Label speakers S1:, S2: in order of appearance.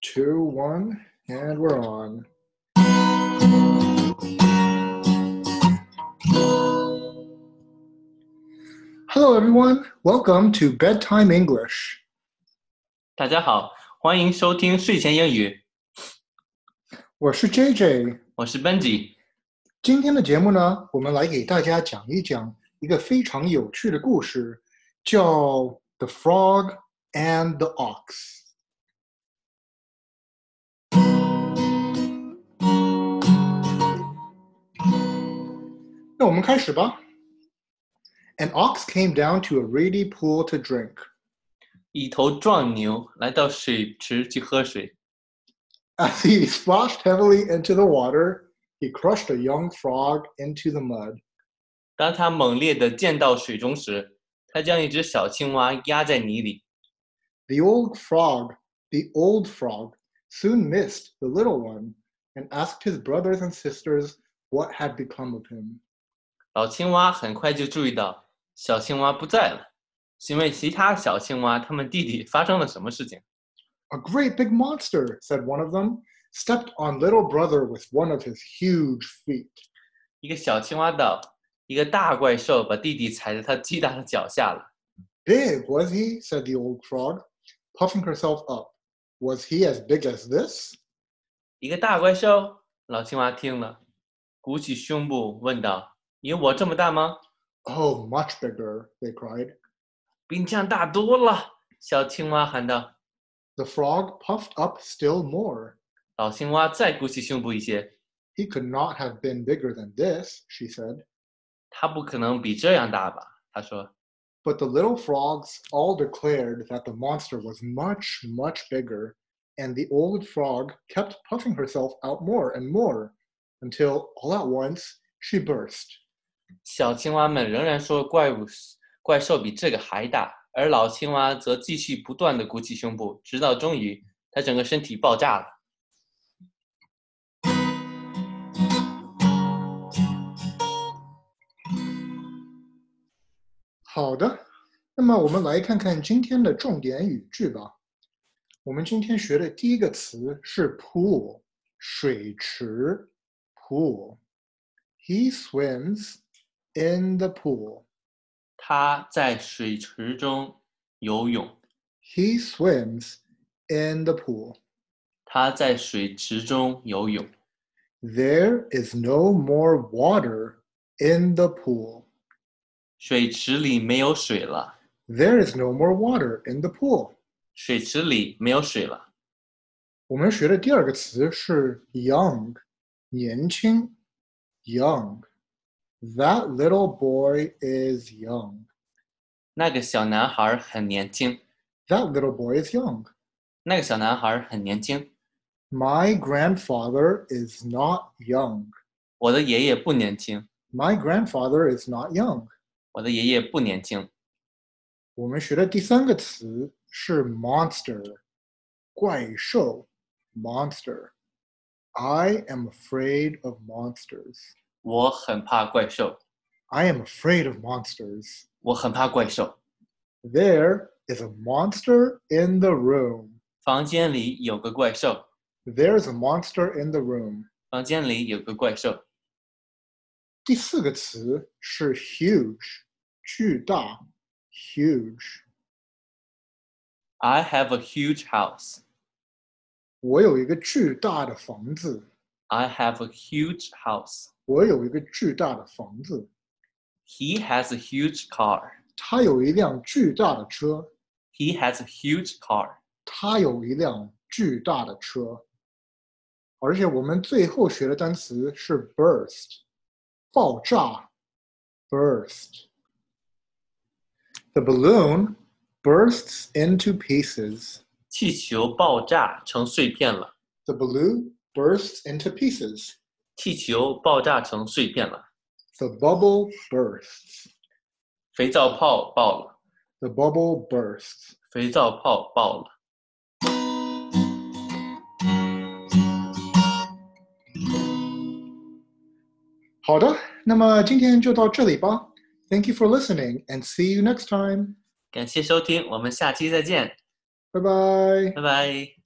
S1: two, one, and we're on. Hello, everyone. Welcome to Bedtime English.
S2: 大家好，欢迎收听睡前英语，
S1: 我是 JJ。
S2: 我是 Benji。
S1: 今天的节目呢，我们来给大家讲一讲一个非常有趣的故事，叫《The Frog and the Ox》。那我们开始吧。An ox came down to a reedy pool to drink.
S2: 一头壮牛来到水池去喝水，
S1: As he splashed heavily into the water, he crushed a young frog into the mud.
S2: 当它猛烈地溅到水中时，它将一只小青蛙压在泥里。
S1: The old frog, the old frog, soon missed the little one and asked his brothers and sisters what had become of him.
S2: 老青蛙很快就注意到小青蛙不在了，询问其他小青蛙他们弟弟发生了什么事情。
S1: A great big monster, said one of them, stepped on little brother with one of his huge feet.
S2: 一个小青蛙道：“一个大怪兽把弟弟踩在他巨大的脚下了。
S1: Big, was he? said the old frog, puffing herself up. Was he as big as this? ”
S2: 一个大怪兽，老青蛙听了，鼓起胸部问道：“有我这么大吗？”
S1: Oh, much bigger, they cried.
S2: 比你这样大多了。”小青蛙喊道。
S1: The frog puffed up still more.
S2: 老青蛙再鼓起胸部一些，
S1: He could not have been bigger than this, she said.
S2: 它不可能比这样大吧？他说。
S1: But the little frogs all declared that the monster was much, much bigger, and the old frog kept puffing herself out more and more until all at once she burst.
S2: 小青蛙们仍然说怪物是怪兽比这个还大，而老青蛙则继续不断的鼓起胸部，直到终于它整个身体爆炸了。
S1: 好的，那么我们来看看今天的重点语句吧。我们今天学的第一个词是 pool，水池，pool。He swims in the pool.
S2: 它在水池中游泳，
S1: He swims in the pool.
S2: 它在水池中游泳，
S1: There is no more water in the pool.
S2: 水池里没有水了，
S1: There is no more water in the pool.
S2: 水池里没有水了。
S1: 我们学的第二个词是 young，年轻，young。That little boy is young.
S2: 那个小男孩很年轻，
S1: That little boy is young.
S2: 那个小男孩很年轻，
S1: My grandfather is not young.
S2: 我的爷爷不年轻。
S1: My grandfather is not young.
S2: 我的爷爷不年轻。
S1: 我们学的第三个词是 monster，怪兽，monster。I am afraid of monsters.
S2: 我很怕怪兽，
S1: I am afraid of monsters.
S2: 我很怕怪兽。
S1: There is a monster in the room.
S2: 房间里有个怪兽，
S1: There's a monster in the room.
S2: 房间里有个怪兽。
S1: 第四个词是 huge，巨大，huge。
S2: I have a huge house.
S1: 我有一个巨大的房子，
S2: I have a huge house.
S1: 我有一个巨大的房子。
S2: He has a huge car.
S1: 他有一辆巨大的车，
S2: He has a huge car.
S1: 他有一辆巨大的车。而且我们最后学的单词是 burst，爆炸，burst。The balloon bursts into pieces.
S2: 气球爆炸成碎片了，
S1: The balloon bursts into pieces.
S2: 气球爆炸成碎片了，
S1: The bubble bursts.
S2: 肥皂泡爆了，
S1: The bubble bursts.
S2: 肥皂泡爆了。
S1: 好的，那么今天就到这里吧。Thank you for listening and see you next time.
S2: 感谢收听，我们下期再见，
S1: Bye bye.
S2: 拜拜。